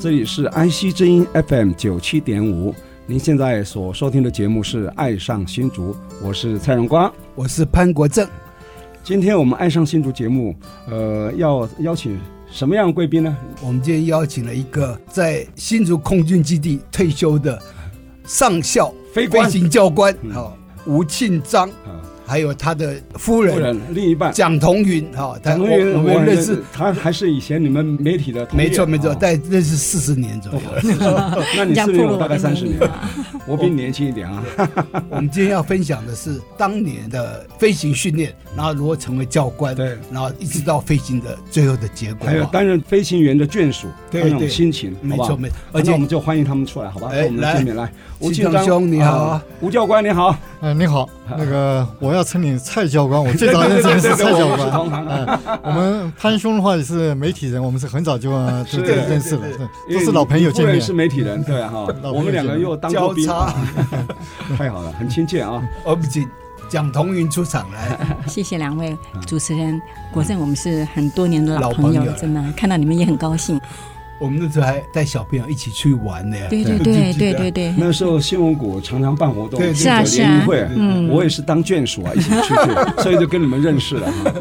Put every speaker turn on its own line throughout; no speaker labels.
这里是安溪之音 FM 九七点五，您现在所收听的节目是《爱上新竹》，我是蔡荣光。
我是潘国正，
今天我们《爱上新竹》节目，呃，要邀请什么样的贵宾呢？
我们今天邀请了一个在新竹空军基地退休的上校
飞
飞
官
行教官，
嗯
好、吴庆章，
啊，
还有他的夫
夫
人
人另一半，
蒋同云，哈、哦，他
蒋
我
同学
我们认识，，
他还是以前你们媒体的同业
没错没错，
哦
但认识四十年左右。
那你
这样
是比
暴露
我大概
的
三
年
十年
龄，了。
我比你年轻一点啊。
我们今天要分享的是当年的飞行训练，然后如何成为教官，
对，
然后一直到飞行的最后的结 果。
还有
好
担任飞行员的眷属，
对
那种
对
心情，
没
好不
错
好
没错，
而
而
且
且
我们就欢迎他们出来，好吧？
哎
到我们的
来
见面来，吴庆章
庆章兄你好
啊吴教官你好，
哎，你好，那 个我要称你蔡教官，我最早认识
对对
的是
对对
蔡
对，
教
我们是同
官。
行啊。
哎，我们潘兄的话也是媒体人，我们是很早就啊，
是
对对认识
对
了，
因
对
为
都是老朋友
你夫
见
人
面。
是媒体人，对啊哈、
老朋友
我们两个
见面
又当过
交
兵，
叉，
太好了，很亲切啊。
我们请蒋同云出场 来，
谢谢两位主持人，果真我们是很多年的
老
老朋
朋
友
友
了，
了
真的看到你们也很高兴。
我们那时候还带小朋友一起去玩呢。
对
对
对对
对
对对对，
嗯
那时候新闻股常常办活动，
对对是
啊
有
是啊
联谊会，
嗯
我也是当眷属啊，一起去 去，所以就跟你们认识了。哈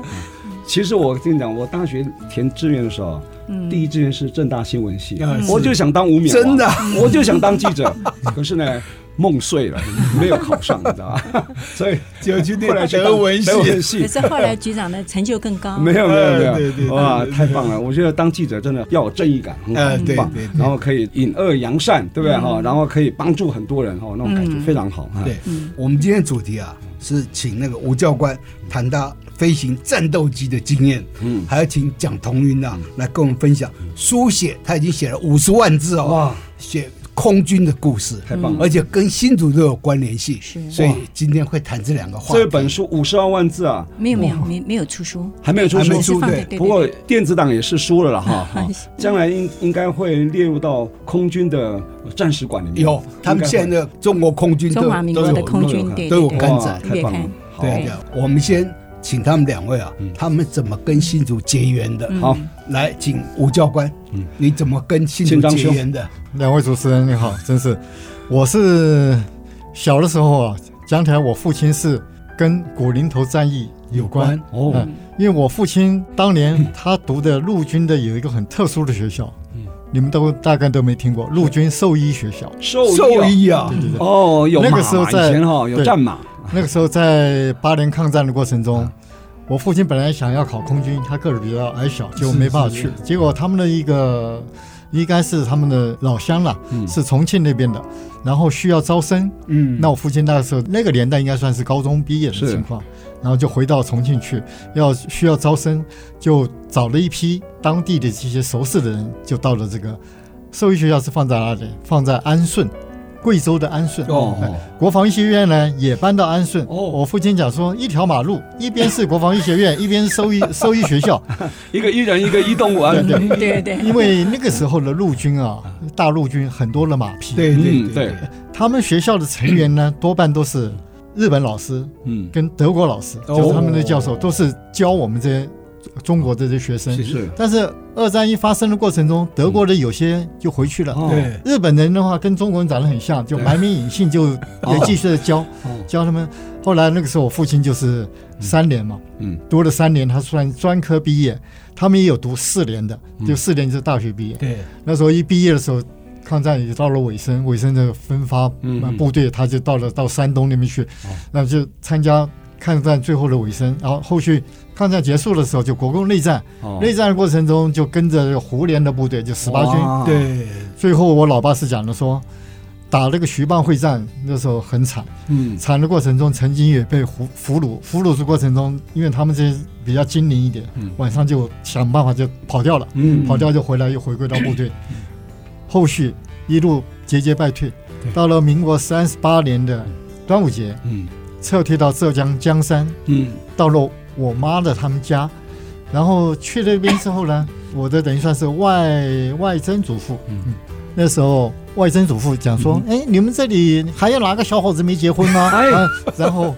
其实我跟你讲，我大学填志愿的时候，
嗯
第一志愿是正大新闻系，
啊是
我就想当吴冕，
真的，
我就想当记者，可是呢，梦碎了，没有考上，你知道吧？ 所以
就去
后来
念
去
德
当
文系
德，文
可
系，
是后来局长的成就更高，
没有没有
哎
没
对对
有，
对
哇，
对对
太棒了！我觉得当记者真的要有正义感，很好
呃，
很
对
棒。
对
然后可以引恶扬善，对不对哈？然后可以帮助很多人哈，那种感觉非常好。哈
嗯对，我们今天主题啊是请那个吴教官谈他飞行战斗机的经验，
嗯
还要请蒋同云啊来跟我们分享书写，他已经写了五十万字哦，
哇，
写空军的故事，
太棒了！
而且跟新竹都有关联性，
是
所以
哇
今天会谈这两个话题。
这本书五十万万字啊，
没有没有没没有出书，
还没有出
还没
书
我，是
出
放在
对哎
对对
不过
对
电子档也是输了了哈。 哈
是
将来应应该会列入到空军的战史馆里面。
有，他们现在的中国空军都
中华民国
都
的
有
空
都有
军对
都有
对对
刊
哇
载
太棒了
月，
好
对
对
的，我们先请他们两位啊
嗯，
他们怎么跟新竹结缘的？
好，
来，请吴教官
嗯，
你怎么跟新
请
竹
张
结
兄
缘的？
两位主持人你好，真是，我是小的时候啊，讲起来我父亲是跟古林头战役有关，
哦
嗯，因为我父亲当年他读的陆军的有一个很特殊的学校
嗯，
你们都大概都没听过，陆军兽医学校。
兽
兽
医
医啊
对，对对。
哦，有
那个
马
时候
嘛以
在
前哈有
对
战马，
那个时候在八年抗战的过程中，我父亲本来想要考空军，他个子比较矮小，结果没办法去。结果他们的一个应该是他们的老乡了，
嗯
是重庆那边的，然后需要招生。
嗯
那我父亲那个时候那个年代应该算是高中毕业的
是
情况，然后就回到重庆去，要需要招生，就找了一批当地的这些熟识的人，就到了这个兽医学校是放在哪里？放在安顺，贵州的安顺。哎
哦
国防医学院呢也搬到安顺。
哦
我父亲讲说，一条马路一边是 国防医学院，一边兽医 兽医学校。
一个一人一个一动物啊，
对对，
对对
因为那个时候的陆军 啊，大陆军很多的马匹，
对对
嗯
对
对，
他们学校的成员呢多半都是日本老师
嗯
跟德国老师，
哦
就是他们的教授，都是教我们这些中国这些学生。
是
但是二战一发生的过程中，德国的有些就回去了。
哦
对
日本人的话跟中国人长得很像，就埋名隐姓，就也继续的教
哦
教他们。后来那个时候，我父亲就是三年嘛，
嗯
读了三年，他算专科毕业。他们也有读四年的，
嗯
就四年就是大学毕业。
对，
那时候一毕业的时候，抗战也到了尾声，尾声这个分发
嗯哦
呃部队，他就到了到山东那边去，那就参加抗战最后的尾声。然后后续抗战结束的时候，就国共内战，
哦
内战的过程中就跟着胡�联的部队，就十八军。
哇
对，
最后我老爸是讲的说，打那个徐蚌会战，那时候很惨，
嗯
惨的过程中曾经也被俘俘虏，俘虏的过程中，因为他们这些比较精灵一点，
嗯
晚上就想办法就跑掉了，
嗯
跑掉就回来又回归到部队，后续一路节节败退，到了民国三十八年的端午节，
嗯
撤退到浙江江山，
嗯
到了我妈的他们家，然后去那边之后呢， 我的等于算是外外曾祖父，
嗯
那时候外曾祖父讲说，哎、你们这里还有哪个小伙子没结婚吗？
哎
啊然后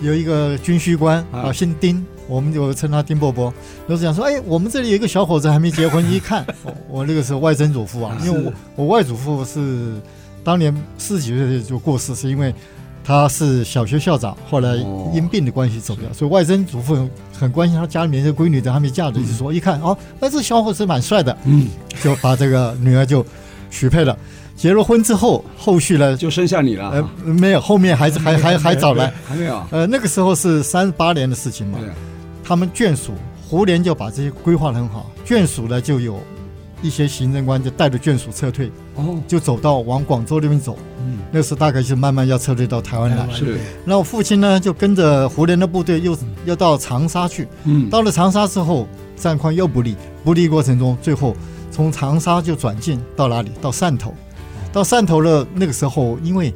有一个军需官
啊
啊，姓丁。我们就称他丁伯伯，然后讲说，哎，我们这里有一个小伙子还没结婚，一看，我 我那个时候外曾祖父啊，因为我我外祖父是当年四十几岁就过世，是因为他是小学校长，后来
哦
因病的关系走掉，所以外曾祖父很关心他家里面这闺女的还没嫁的，就说一看哦，哎，这小伙子蛮帅的，
嗯，
就把这个女儿就许配了。结了婚之后，后续呢，
就剩下你
呃
了，，
没有，后面还是还 还还早来，
还没有，
呃，那个时候是三十八年的事情嘛，
对啊，
他们眷属胡琏就把这些规划得很好，眷属呢就有一些行政官就带着眷属撤退，
哦，
就走到往广州那边走，
嗯，
那时候大概就慢慢要撤退到台湾来。
是，
那我父亲呢，就跟着胡琏的部队又又到长沙去。
嗯，
到了长沙之后，战况又不利，不利过程中，最后从长沙就转进到哪里？到汕头。到汕头了，那个时候因为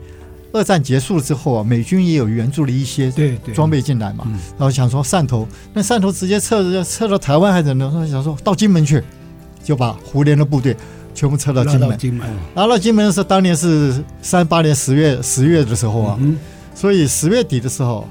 二战结束之后啊，美军也有援助了一些
对对，
装备进来嘛，
嗯
然后想说汕头，那汕头直接撤撤到台湾还是呢？想说到金门去，就把胡琏的部队全部撤到
拉
金
到
门。嗯
金门，
拿到金门的时候，当年是三八年十月十月的时候啊，
嗯
所以十月底的时候，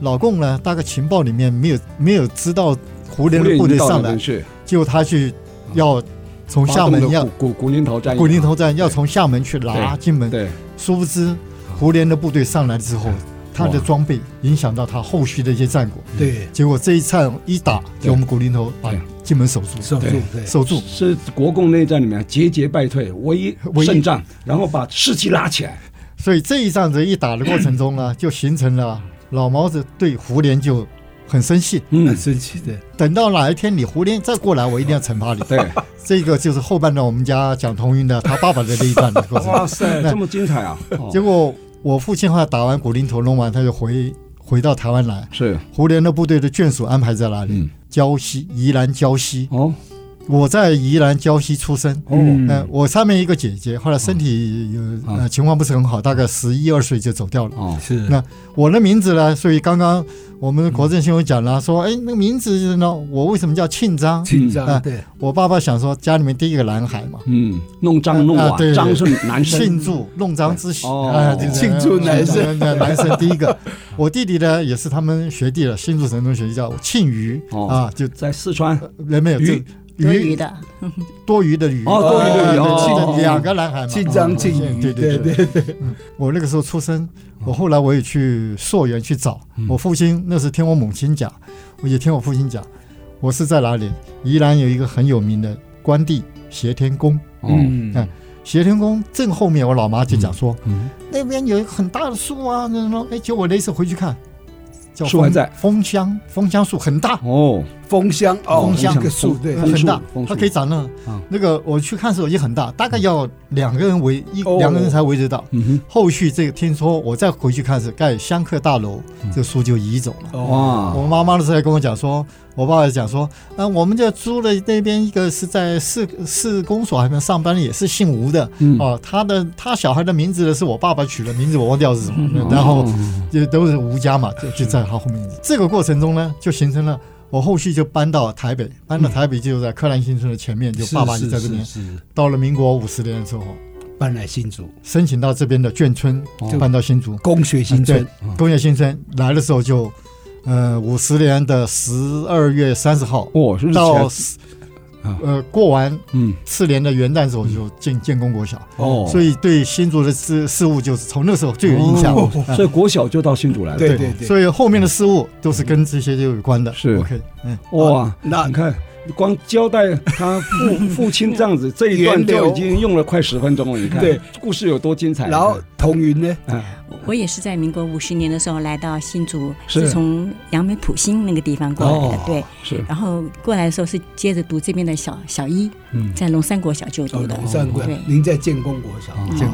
老共呢，大概情报里面没有没有知道胡琏的部队上来，
去，
就他去要从厦门要
古古宁头战役，啊
古宁头战，要从厦门去拿金门，
对，
殊不知胡琏的部队上来之后，他的装备影响到他后续的一些战果，
对，
结果这一战一打，
嗯对
给我们古宁头把
对
金门守住，
守住
对
对，
守住。
是国共内战里面节节败退，唯一胜仗，然后把士气拉起来，
所以这一仗子一打的过程 中呢，就形成了老毛子对胡琏就很生气。
嗯
很，生气的，
等到哪一天你胡琏再过来，我一定要惩罚你。
对，
这个就是后半段我们家蒋同云的他爸爸的那一段的过
哇
程。
塞，这么精彩啊！哦
结果我父亲后来打完古林头弄完，他就回回到台湾来。
哦是，
胡琏的部队的眷属安排在哪里？
嗯，
胶西，宜兰胶西。
哦，
我在宜兰胶西出生。
哦，
呃，我上面一个姐姐，后来身体有、
啊
呃情况不是很好，大概十一二岁就走掉了。
哦，
是
那我的名字呢？所以刚刚我们国政新闻讲了，说，哎，那个名字呢，我为什么叫庆章？
紧
嗯
张对，
我爸爸想说，家里面第一个男孩嘛，
嗯，弄脏弄
啊
瓦
对，对
脏是男生
庆，祝弄璋之喜
哦
啊，对
庆祝男生，
对对男生第一个。我弟弟呢，也是他们学弟了，新竹神中学叫庆余
哦
啊，就
在四川，
人没有这
余
多余
余
的，
多余的余
哦多余的余
啊对
哦
对两个男孩嘛，
紧张
嗯
敬语，
对
对
对对。我那个时候出生，
嗯
我后来我也去溯源去找我父亲，那是听我母亲讲，我也听我父亲讲，我是在哪里？宜兰有一个很有名的关帝挟天宫，
哦，
嗯挟天宫正后面，我老妈就讲说、
嗯
那边有一个很大的树啊，那那哎，结果我那次回去看，叫
树还
枫
在
枫香枫香树很大，
哦，
枫香哦，
枫香
一个树对，
枫
很
树
大
枫，树
它可以长得
啊
那个我去看的时候也很大，大概要两个人围一
哦
两个人才围得到。
嗯
后续这个听说我再回去看是盖香客大楼，这个书就移走了。
哼，
哦，
哇，
我妈妈的时候还跟我讲说，我爸爸讲说，啊，我们就租了那边一个是在市市公所还没上班的，也是姓吴的，
嗯
哦、他的他小孩的名字呢是我爸爸取的，名字我忘掉是什
嗯
么，然后
哦
就都是吴家嘛，就就在他后面。这个过程中呢，就形成了我后续就搬到台北，搬到台北就在柯南新村的前面，就爸爸就在这边。
嗯是是是
到了民国五十年的时候，
搬来新竹
申请到这边的眷村
哦，
搬到新竹。
工学新村，
嗯哎
嗯
对，工业新村来的时候就，呃，五十年的十二月三十号
哦，是不是
到
前，
十
啊，
呃，过完
嗯，
次年的元旦之后就建建功国小，
哦，
所以对新竹的事事物就是从那时候最有印象。
哦
啊
所以国小就到新竹来了，
对对对，
所以后面的事物都是跟这些就有关的。
是
OK，嗯，
哇，
哦那
你看。光交代他父父亲这样子，这一段
源流
就已经用了快十分钟了。你看，
对
故事有多精彩。
然后童云呢，
哎，
我也是在民国五十年的时候来到新竹，
是
是从杨梅普兴那个地方过来的，
哦
对。
是
然后过来的时候是接着读这边的小小一，
嗯
在龙山国小就读的。
哦龙山国
对，
您在建功国小，
嗯
建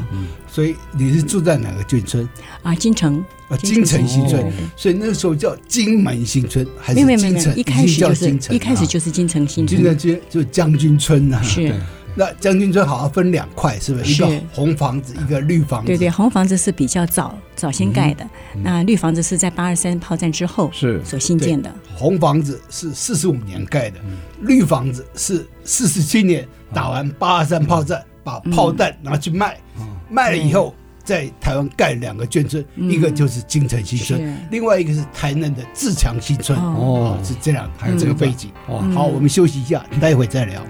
所以你是住在哪个眷村？
啊，金城
啊，京城新村
哦，
所以那个时候叫金门新村还是
没有没有没有
京
没有
城？，
一开
已经
始
叫
就是
京城啊，
一开始就是金城新
金
村
城，街就将军村呐。
是
那将军村好像分两块，是不是？一
是
个红房子，一个绿房子。
对对，红房子是比较早早先盖的，那绿房子是在八二三炮战之后
是
所新建的。
红房子是四十五年盖的，绿房子是四十七年打完八二三炮战，把炮弹拿去卖，卖了以后在台湾盖两个眷村，一个就是金城新
是
村，另外一个是台南的自强新村。
哦
哦
哦，
是这样，还有这个背景。
哇
好，我们休息一下，待会再聊。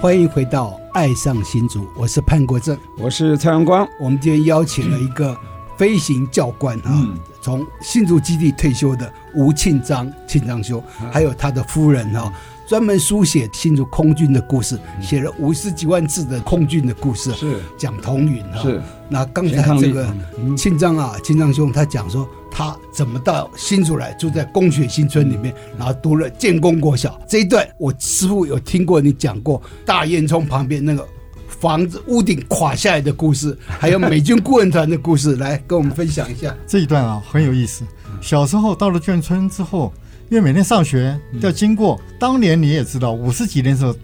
欢迎回到《爱上新竹》，我是潘国正。
我是蔡阳光，
我们今天邀请了一个飞行教官啊，
嗯
从新竹基地退休的吴庆章，庆章兄，
嗯
还有他的夫人啊，专门书写新竹空军的故事，写了五十几万字的空军的故事，
嗯是
讲彤云啊。
是，
那刚
全
才
抗
这
力
个
嗯
庆章啊，庆章兄他讲说他怎么到新竹来，住在工学新村里面，然后读了建工国小这一段，我师傅有听过你讲过大烟囱旁边那个房子屋顶垮下来的故事，还有美军顾问团的故事，来跟我们分享一 下。
这一段啊很有意思。小时候到了眷村之后，因为每天上学要经过，当年你也知道，五十几年的时候，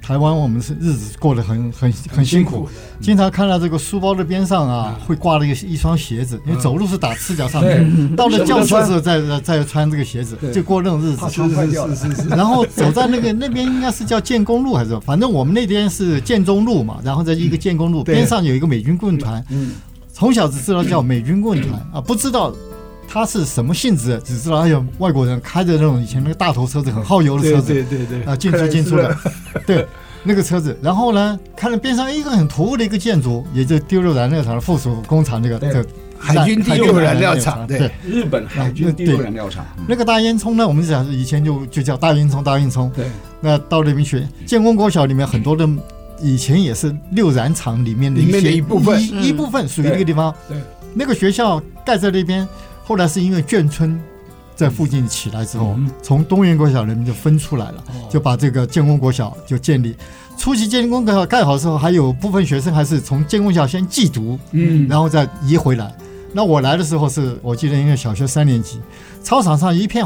台湾我们是日子过得很很很辛苦，嗯经常看到这个书包的边上啊，会挂了一个一双鞋子，因为走路是打赤脚上面，到了教室的时候再再再穿这个鞋子，就过那种日子。
是是是是，
然后走在那个那边应该是叫建工路还是，反正我们那边是建中路嘛，然后在一个建工路
对
边上有一个美军顾问团，
嗯
从小只知道叫美军顾问团啊，不知道。它是什么性质？只知道哎呦，外国人开着那种以前那个大头车子，很耗油的车
对
子，
对对对
啊，进出进 出的，对，那个车子。然后呢，看了边上一个很突兀的一个建筑，也就丢肉燃料厂的附属工厂那个，这个
海军第六燃料厂，
对
对，，
日本海军第六燃料厂，
那个大烟囱呢，我们讲是以前就就叫大烟囱，大烟囱。
对，
那到那边去，建工国小里面很多的，以前也是六染厂里面的
里面的
些
一部分
一一部分属于那个地方。
对对
那个学校盖在那边，后来是因为眷村在附近起来之后，
嗯
从东园国小里面就分出来了，
哦
就把这个建工国小就建立。初期建工国小盖好的时候，还有部分学生还是从建工小先寄读，
嗯
然后再移回来。那我来的时候是我记得应该小学三年级，操场上一片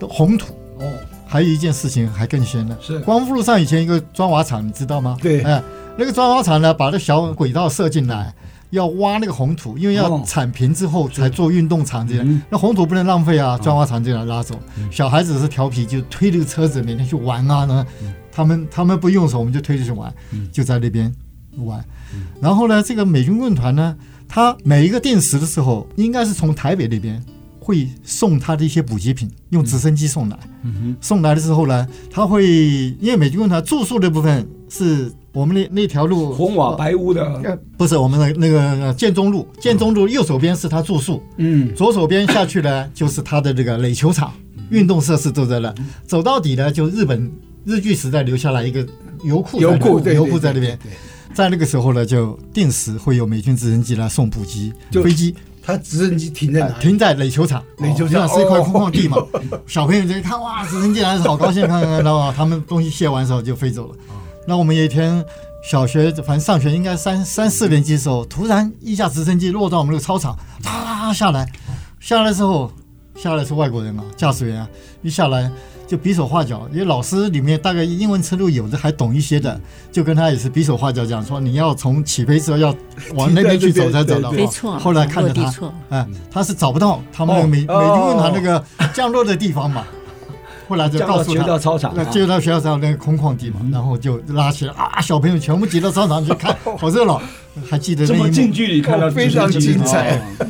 红土。
哦，
还有一件事情还更悬呢，
是
光复路上以前一个砖瓦厂，你知道吗？
对
哎，那个砖瓦厂呢，把那小轨道设进来，要挖那个红土，因为要
哦
铲平之后才做运动场这样。
嗯哦
那红土不能浪费啊，砖瓦厂就来拉走。小孩子是调皮，就推着个车子每天去玩啊，然后
嗯
他们他们不用手，我们就推着去玩，就在那边玩。然后呢，这个美军问团呢，他每一个定时的时候，应该是从台北那边会送他的一些补给品，用直升机送来。送来的时候呢，他会因为美军问团住宿的部分是我们那那条路
红瓦白屋的，
嗯
呃不是我们的那个呃建中路，建中路右手边是他住宿，
嗯，
左手边下去呢就是他的这个垒球场，运动设施都在那。走到底呢，就日本日据时代留下来一个油库在那，
油库对
油
对
库在
对
那边。在那个时候呢，就定时会有美军直升机来送补给，
就
飞机
他直升机停在
呃
哪里？
停在垒球场，
垒球场
这样是一块
哦
空旷地嘛。 小朋友就一看哇，直升机来了，好高兴，看看看，然后他们东西卸完之后就飞走了。
哦
那我们有一天小学，反正上学应该三三四年级的时候，突然一架直升机落到我们那个操场，啪下来，下来之后，下来是外国人啊，驾驶员啊，一下来就比手画脚，因为老师里面大概英文程度有的还懂一些的，就跟他也是比手画脚讲说你要从起飞之后要往那边去走才走到。
飞错，
后来看着
落地
他，
错，
哎，他是找不到他们那个美、
嗯哦
美军论坛那个降落的地方嘛。后来就
降
告
到
诉
学
他
校，操场
那
啊，
接到学校上那个空旷地嘛，然后就拉起来啊，小朋友全部挤到操场去看，好热闹。还记得
哦这
那
么
一
近
幕，
距离看到
哦非常
直升机
精彩
哦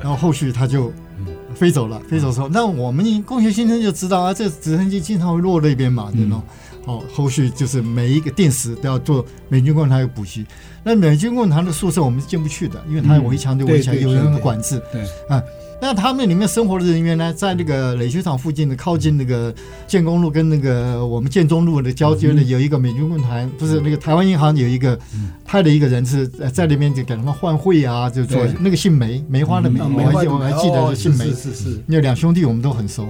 然后后续他就
嗯
飞走了。飞走之后，那我们工学先生就知道啊，这直升机经常会落那边嘛，对吗？
嗯
哦，后续就是每一个电池都要做美军共堂有补习。那美军共堂的宿舍我们是进不去的，因为它
嗯
围墙对围墙
对对
有人
对对
管制。
对
啊，那他们里面生活的人员呢，在那个垒球场附近的，靠近那个建工路跟那个我们建中路的交接的，
嗯
有一个美军论坛，不是那个台湾银行有一个派了一个人是呃在那边就给他们换汇啊，就做
对
那个姓梅，梅花的梅，
啊
嗯我
梅
还
花
记我还记得
哦
是姓梅
是，嗯是是，
那两兄弟我们都很熟，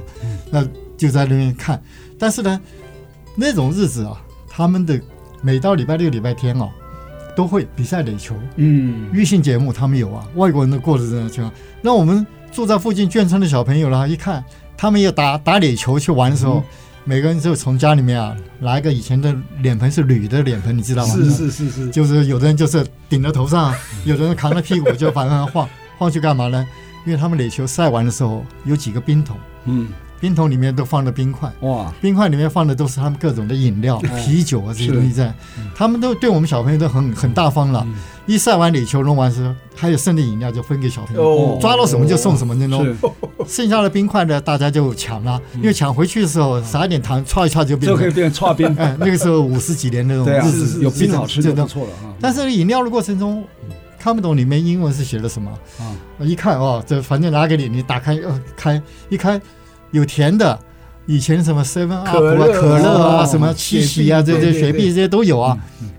那就在那边看。但是呢，那种日子啊，他们的每到礼拜六、礼拜天哦，都会比赛垒球。
嗯，
育性节目他们有啊，外国人都过着这样的情况。那我们住在附近眷村的小朋友啦，一看他们要打打垒球去玩的时
嗯
候，每个人就从家里面啊拿一个以前的脸盆是铝的脸盆，你知道吗？
是是是是，
就是有的人就是顶在头上，有的人扛着屁股就反反晃晃去干嘛呢？因为他们垒球赛完的时候有几个冰桶，
嗯，
冰桶里面都放着冰块。
哇，嗯
冰块里面放的都是他们各种的饮料、啤酒啊这些
是嗯
东西在，他们都对我们小朋友都很很大方了。一晒完垒球弄完之后，还有剩的饮料就分给小朋友，
哦
抓到什么就送什么那种。
是
哦
嗯
剩下的冰块呢，大家就抢了，因为抢回去的时候撒一点糖，歘一歘就变
就可以
成。
变成串冰，
哎，那个时候五十几年那种
对啊
嗯日，子，
有
这
冰
种
好吃
这
就
种
不错了啊。
但是饮料的过程中看不懂里面英文是写的什么，
啊
一看哦，这反正拿给你，你打开呃开一开，有甜的，以前什么 seven up
可
啊、
乐
可乐啊、
哦
什么七喜啊，
雪
这
碧
这
对
雪
对
碧
对
这些都有啊，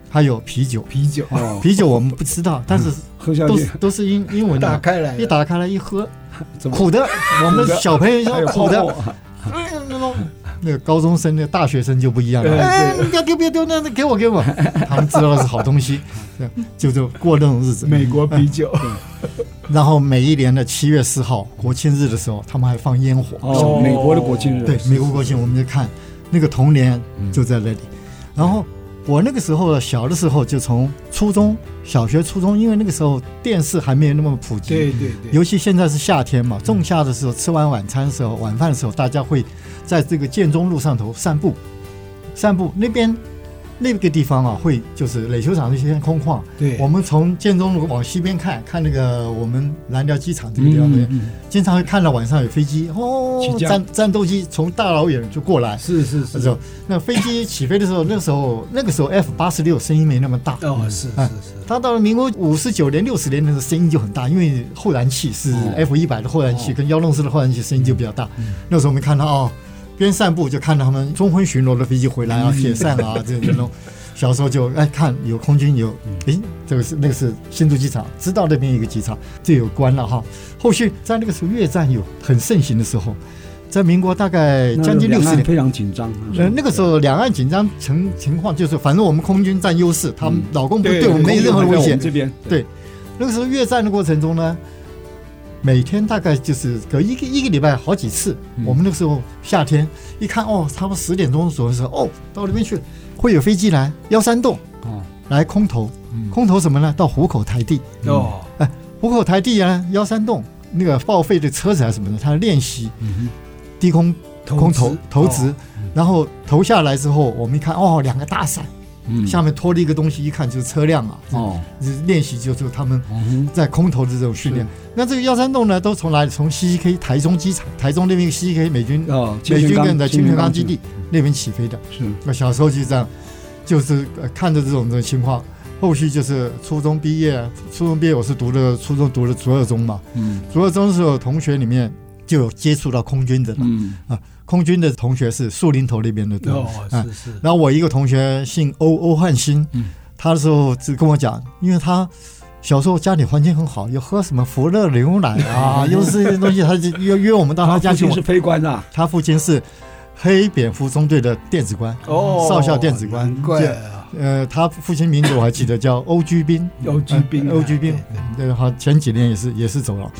还有啤酒，
啤酒嗯
哦，
啤酒我们不知道，但是
喝下
都
去
是都是英英文
打
的，
开来了
一打开来一喝，
怎么
苦的，我们
苦的
小朋友
还有
要
泡
苦的，
沫，
哎那种那个高中生、那个大学生就不一样了。
对
哎，你不要丢，不要丢，那那给我，给我。 他们知道的是好东西，就就过那种日子。
美国啤酒，
然后每一年的七月四号国庆日的时候，他们还放烟火。
哦，美国的国庆日，
对，美国国庆我们就看那个童年就在那里。
嗯
然后我那个时候小的时候就从初中小学、初中，因为那个时候电视还没有那么普及，
对对对，
尤其现在是夏天
嗯
嘛，仲夏的时候，吃完晚餐的时候、晚饭的时候，大家会在这个建中路上头散步，散步那边那个地方啊，会就是垒球场那些空旷。
对，
我们从建中路往西边看，看那个我们南寮机场这个地方，
嗯嗯
经常会看到晚上有飞机哦
起，降
战战斗机从大老远就过来。
是是
那
是
时，候，那飞机起飞的时候，那时候那个时候 F 八十六声音没那么大，
哦是
哎
是是，
它到了民国五十九年、六十年的时候，声音就很大，因为后燃器是
哦嗯
F 一百的后燃器，跟幺弄式的后燃器声音就比较大。那时候我们看到哦，边散步就看到他们中昏巡逻的飞机回来啊，
嗯
铁扇啊 这这种。小时候就哎看有空军有，
嗯
诶，这个是那个是新竹机场，知道那边有一个机场就有关了哈。后续在那个时候越战有很盛行的时候，在民国大概
那
将近六
两
十
岸
年，
非常紧张。啊
呃，那个时候两岸紧张情情况就是，反正我们空军占优势，
嗯
他们老共部对我们没任何威
在我
胁
们。这边
对那个时候越战的过程中呢，每天大概就是隔一个一个礼拜好几次。
嗯
我们那个时候夏天一看哦，差不多十点钟左右的时候，哦，到那边去会有飞机来幺三洞
啊，
来空投，
嗯
空投什么呢？到虎口台地，
哦
虎口台地啊，幺三洞那个报废的车子啊什么的，他练习
嗯
低空空投
掷
投
哦
掷，然后投下来之后，我们一看哦，两个大伞，
嗯
下面拖了一个东西，一看就是车辆啊，
哦，
就是练习就是他们
嗯
在空投的这种训练
是。
那这个幺三洞呢，都从哪里？从 CCK 台中机场，台中那边 CCK 美军
哦，
美军
跟
跟的清泉岗基地嗯那边起飞的。
是
我小时候就这样，就是呃看着这种这种情况。后续就是初中毕业，初中毕业我是读的初中读的竹二中嘛，
嗯
竹二中的时候同学里面就有接触到空军的了，
嗯
空军的同学是树林头那边的多。
哦
哎
是是，
然后我一个同学姓欧欧汉兴，
嗯
他的时候就跟我讲，因为他小时候家里环境很好，又喝什么福乐牛奶 啊，又是这些东西，他就约约我们到他家去
父亲啊
玩
是。非官呐，
他父亲是黑蝙蝠中队的电子官，
哦
少校电子官。
难怪
就
啊，
呃，他父亲名字我还记得，叫欧居兵。
有军兵
呃欧居兵，对，嗯好，前几年也是也是走了。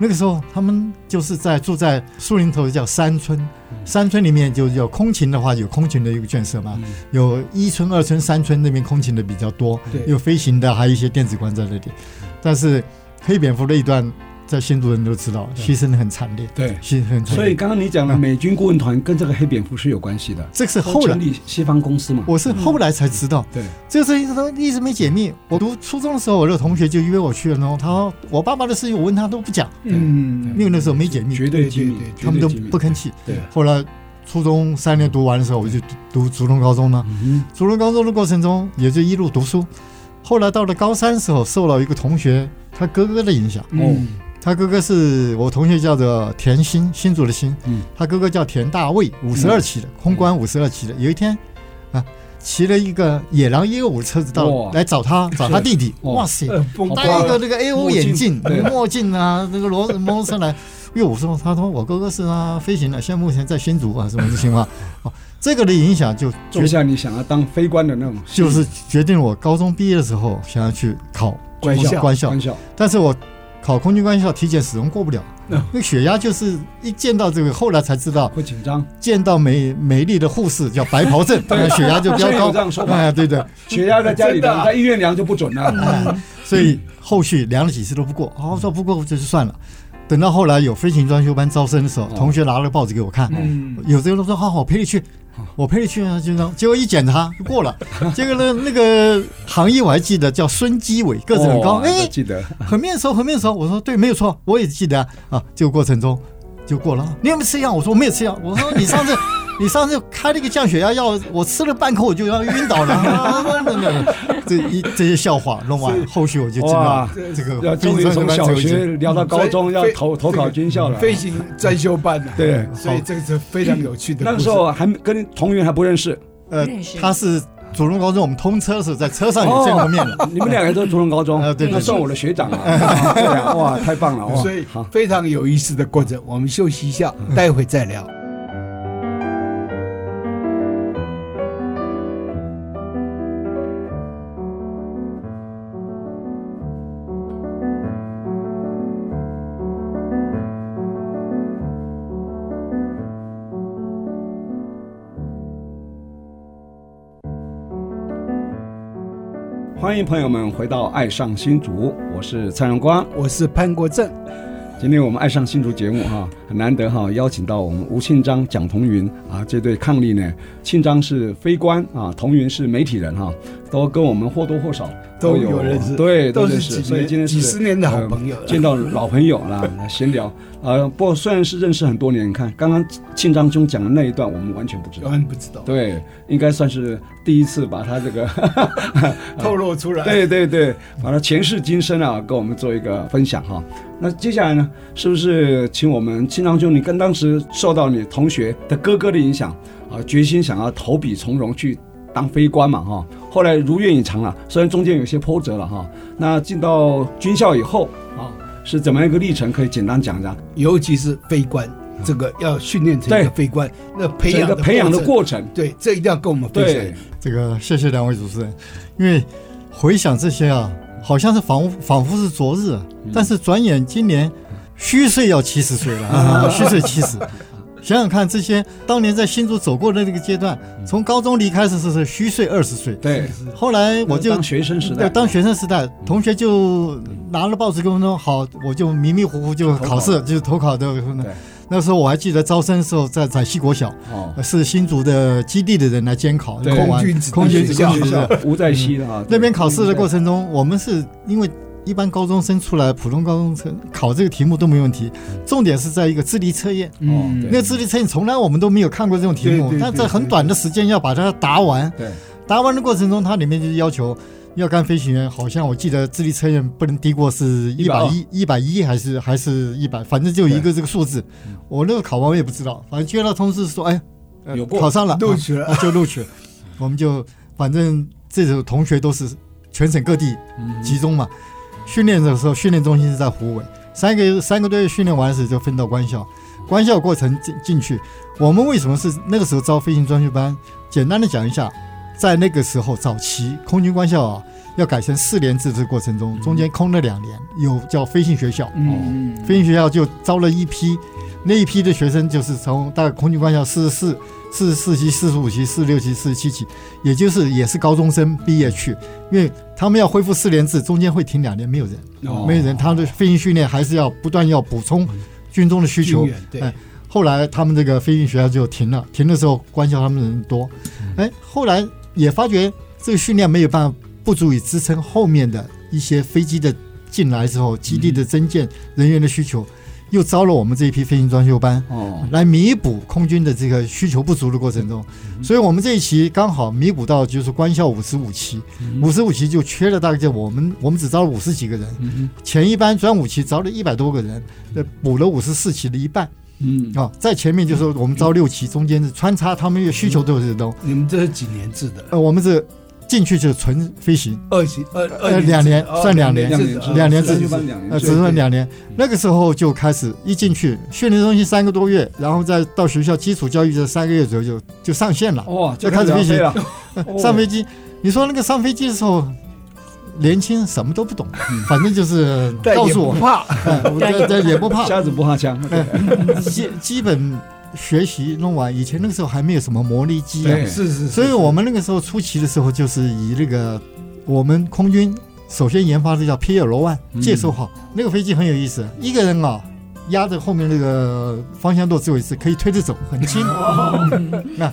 那个时候他们就是在住在树林头叫山村，山村里面就有空勤的话，有空勤的一个眷舍嘛，有一村、二村、三村那边空勤的比较多，
对
嗯有飞行的，还有一些电子官在那里。但是黑蝙蝠那一段在新竹人都知道，牺牲很惨烈，
对
牺牲很惨烈。
所以刚刚你讲的美军顾问团跟这个黑蝙蝠是有关系的，
这个是
都
啊后来
成，立西方公司嘛，
我是后来才知道，
嗯对，
这个事情都一直没解密。我读初中的时候，我的同学就约我去了，然后他说我爸爸的事情，我问他都不讲，
嗯
因为那时候没解密，
绝对机密
对对，
绝
他们
对
都
机密
不吭气。
对，
后来初中三年读完的时候，我就读初中高中了。
嗯
初中高中的过程中，也就一路读书。后来到了高三的时候，受到一个同学他哥哥的影响。
哦
他哥哥是我同学，叫做田新，新竹的新。
嗯
他哥哥叫田大卫，五十二期的、空管五十二期的。有一天，啊，骑了一个野狼一二五车子到
哇
来找他，找他弟弟。
哦
哇塞，
呃，风
戴
光
一个那个 A O 眼镜、
对
墨镜啊，那个罗摩托车来。因为我说，他说我哥哥是啊，飞行的，现在目前在新竹啊，什么情况？哦，这个的影响就
种
决
下你想要当非官的那种，
就是决定我高中毕业的时候想要去考
官
空军
校
官校
官，校，
但是我考空军官校体检始终过不了。
嗯
那个血压就是一见到这个，后来才知道，
会紧 张，
见到美美丽的护士叫白袍症，
对
那血压就飙
现在有这
高。
样说法，
哎，对的，
血压在家里
真的
量，
啊
在医院量就不准 了。哦
所以后续量了几次都不过，
嗯
哦，说不过就算了。等到后来有飞行装修班招生的时候，
哦
同学拿了报纸给我看，
嗯，哦
有这个人说好，我陪你去
好，
我陪你去啊，就这样结果一检查就过了。结果呢，那个行业我还记得叫孙基伟，个子很高，
哦
哎、
记得
很面熟，很面熟。我说对，没有错，我也记得啊。啊这个过程中就过了。你有没有吃药？我说我没有吃药。我说 你上次你上次开了一个降血压药，我吃了半口我就要晕倒了。 啊没有没有没有这一这些笑话弄完，后续我就知道
哇
呃这个嗯
要终于
非常
从
非常
小
有趣
学聊到高中，要
所以
投投考军校
嗯
了。
飞行专修班的，
对
所以这个是非常有趣的故事。
那个时候啊还没跟同学还不认识，
呃
认识，
他是主人高中我们通车的时候在车上
哦
也见过面的。
你们两个都是初中高中
啊，对对
那
对
算我的学 长了。啊对啊哇，太棒了！哇，
所以
好，
非常有意思的过程。我们休息一下，待会再聊。
欢迎朋友们回到《爱上新竹》，我是蔡荣光。
我是潘国正，
今天我们爱上新竹节目哈，很难得哈，邀请到我们吴庆章、蒋同云啊这对伉俪呢，庆章是非官啊，同云是媒体人哈，都跟我们或多或少
都
有
有认识
对，
都
认
是
识，
几
所以
年
今天
几十
是呃嗯
年的好朋友了。
见到老朋友啦， 闲聊啊。不过虽然是认识很多年，你看刚刚庆章兄讲的那一段，我们完全不知
有
道。
人不知道，
对，应该算是第一次把他这个
透露出来。
对对对，把他前世今生啊，跟我们做一个分享哈。那接下来呢，是不是请我们青郎兄，你跟当时受到你同学的哥哥的影响啊，决心想要投笔从戎去当飞官嘛哈？后来如愿以偿了，虽然中间有些波折了哈。那进到军校以后啊，是怎么样一个历程？可以简单讲一下
尤其是飞官，这个要训练成一个
对
飞官，那培
整
养
个培养的
程，
过程。
对，这一定要跟我们分享
对。，
这个谢谢两位主持人，因为回想这些啊，好像是仿仿佛是昨日啊，
嗯
但是转眼今年虚岁要七十岁 了，啊、虚岁七十。想想看，这些当年在新竹走过的那个阶段，
嗯
从高中离开的时候是虚岁二十岁，
对，
后来我就
嗯当学生时代嗯
对，当学生时代，同学就拿了报纸跟我说：“好，我就迷迷糊糊就
投考
考试，就投考的。”
对
那时候我还记得招生的时候，在在西国小，
哦，
是新竹的基地的人来监考，
对
空完
空军子弟
空军子弟
校
学校。
吴在熙的啊，
那边考试的过程中，我们是因为一般高中生出来，普通高中生考这个题目都没问题，重点是在一个智力测验。
哦
嗯，
对
那个智力测验从来我们都没有看过这种题目
对对，对
但在很短的时间要把它答完。
对，
答完的过程中，它里面就是要求要干飞行员，好像我记得智力测验不能低过是一百一、一百一还是还是一百，反正就一个这个数字。我那个考完我也不知道，反正接到通知说，哎，呃
有过
考上了，
录取
啊
了，
就录取了。我们就反正这种同学都是全省各地集中嘛。训练的时候，训练中心是在湖尾，三个三个队训练完时就分到官校，官校过程进进去。我们为什么是那个时候招飞行专训班？简单的讲一下，在那个时候早期空军官校啊，要改成四年制的过程中，中间空了两年，有叫飞行学校，
嗯，
飞行学校就招了一批，那一批的学生就是从大概空军官校四十四四十四期、四十五期、四十六期、四十七期，也就是也是高中生毕业去，因为他们要恢复四连制，中间会停两年没有人，
哦
没有人，他的飞行训练还是要不断要补充军中的需求
军援，对
哎后来他们这个飞行学校就停了，停的时候官校他们人多，哎，后来也发觉这个训练没有办法，不足以支撑后面的一些飞机的进来之后，基地的增建、人员的需求，又招了我们这一批飞行装修班，
哦，
来弥补空军的这个需求不足的过程中，所以我们这一期刚好弥补到就是官校五十五期，五十五期就缺了大概就我们我们只招了五十几个人，
嗯
前一班转五期招了一百多个人，呃，补了五十四期的一半
嗯，
啊，在前面就是我们招六期，中间是穿插他们的需求都是都，
你们这是几年制的？
呃，我们是进去就是纯飞行，
二十二
呃
二
两年算两年
两
制
年
的
制
哦
两年
是
制
就
的
办两
呃，
年
只
制，
剩两年。那个时候就开始一进去训练中心三个多月，然后再到学校基础教育这三个月左右就就上线了。
哇，
就开始
飞
飞行
了，
上飞机，你说那个上飞机的时候，年轻什么都不懂，反正就是
但
告
也
诉我
不，怕，
哎我 这这也 不怕，
哦瞎子不怕枪，
基基本学习弄完。以前那个时候还没有什么磨砺机啊
对，
是是，
所以我们那个时候初期的时候，就是以那个我们空军首先研发的叫 P L One
嗯
介兽号，那个飞机很有意思，一个人啊压着后面那个方向舵只有一次，可以推着走，很 轻。那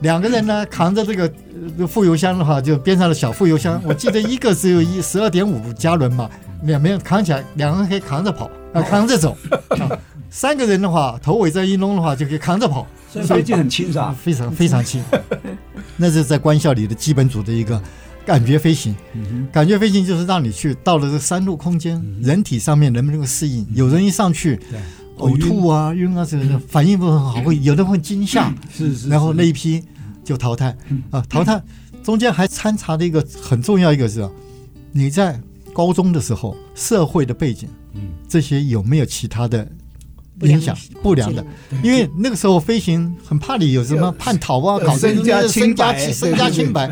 两个人呢扛着这个呃副油箱的话，就边上的小副油箱，我记得一个只有一十二点五加仑嘛，两边扛起来，两个人可以扛着跑，啊扛着走。啊三个人的话，头尾这一弄的话，就可以扛着跑。
所以飞机很轻是吧？
啊非常非常轻。 那是在官校里的基本组的一个感觉飞行，
嗯
感觉飞行就是让你去到了这山路空间，人体上面能不能够适应？有人一上去
嗯对，嗯
呕吐啊、晕啊之类的，反应不是很好，会有的会惊吓，
是是
然后那一批
嗯
就淘汰啊，淘汰中间还掺杂了一个很重要一个是，啊你在高中的时候社会的背景
嗯，
这些有没有其他的影响不良的？因为那个时候飞行很怕你有什么叛逃啊，
对
搞这
身家
个
清白
身家身家清白。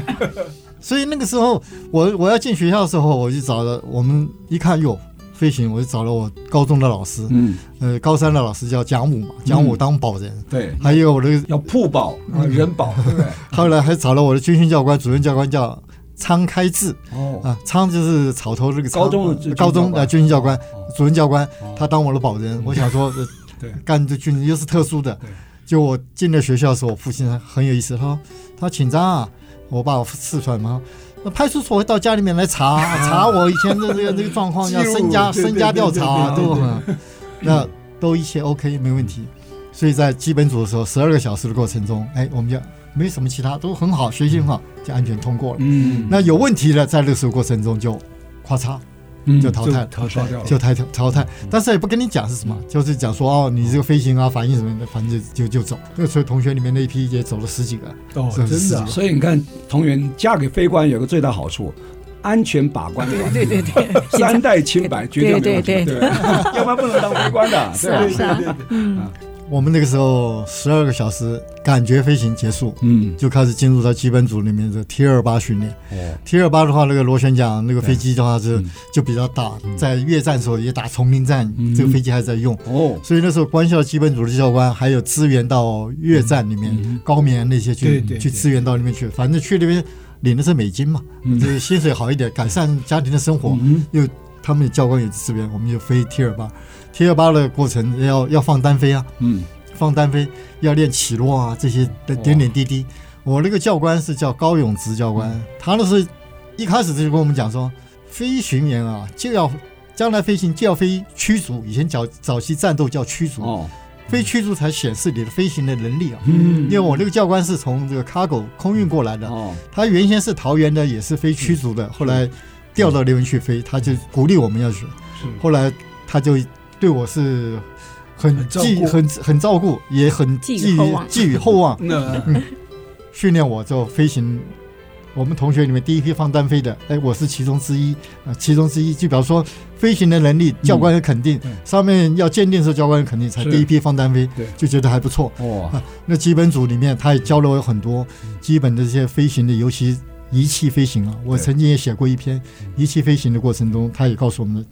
所以那个时候，我我要进学校的时候，我就找了我们一看哟，飞行，我就找了我高中的老师，
嗯，
呃，高三的老师叫蒋武嘛，蒋武当保人，
对，
还有我的
要铺保啊，人保，对不对？
后来还找了我的军训教官、主任教官叫苍开志
哦，
啊，苍就是草头这个苍呃
高中的
高中的军训教官、主任教官
哦，
他当我的保
嗯
人，我想 说，呃
对
干这军人又是特殊的
对，
就我进了学校的时候，我父亲很有意思，他说他说紧张啊，我爸四川嘛。那派出所会到家里面 来查查我以前的这个这个状况，
记
要
录
身家
对对
身家
对
调
对对
查
对
都很，那都一切 OK 没问题。所以在基本组的时候，十二个小时的过程中，哎，我们就没什么其他，都很好，学习很好，就安全通过了。
嗯，
那有问题了，在六十过程中就咔嚓就淘汰了。
嗯淘
刷
汰
掉了，
就淘汰淘汰，
嗯
但是也不跟你讲是什么，就是讲说哦，你这个飞行啊、反应什么的，反正就就就走。那个时候同学里面那一批也走了十几个，
哦，
是
真的啊，
所以你看，同源嫁给非官有个最大好处，安全把关的。
对对对，
三代清白，绝对没有问题，
对对
对 吧，要不然不能当非官的，
是
对吧
啊？是啊，
我们那个时候十二个小时感觉飞行结束，
嗯，
就开始进入到基本组里面的 T 二八训练。
哦，
T 二八的话，那个螺旋桨那个飞机的话是
嗯
就比较大，在越战时候也打丛林战
嗯，
这个飞机还在用。
哦，
所以那时候官校基本组的教官还有支援到越战里面、高棉那些
嗯对
去
对对
去支援到那边去，反正去那边领的是美金嘛，
嗯
就是薪水好一点，改善家庭的生活，
嗯
又他们的教官也支援，我们就飞 T 二八，T 二八的过程要要放单飞啊，
嗯，
放单飞要练起落啊，这些的点点滴滴。我那个教官是叫高永直教官，他那是一开始就跟我们讲说，飞行员啊就要将来飞行就要飞驱逐，以前早早期战斗叫驱逐，
哦，
非驱逐才显示你的飞行的能力啊。
嗯
因为我那个教官是从这个 cargo 空运过来的，啊
哦，
他原先是桃园的，也是飞驱逐的，后来调到那边去飞，他就鼓励我们要学。后来他就对我是很
很照
寄
顾
很很照顾，也很
寄予
寄予
厚望
寄予厚望，
那
训练我就飞行。我们同学里面第一批放单飞的，哎，我是其中之一啊、呃其中之一。就比方说飞行的能力，教官也肯定，
嗯
上面要鉴定的时候教官也肯定，才
是
第一批放单飞
对，
就觉得还不错。
哦，
啊，那基本组里面他也教了我很多基本的这些飞行的，尤其仪器飞行啊。我
对
曾经也写过一篇仪器飞行的过程中，他也告诉我们，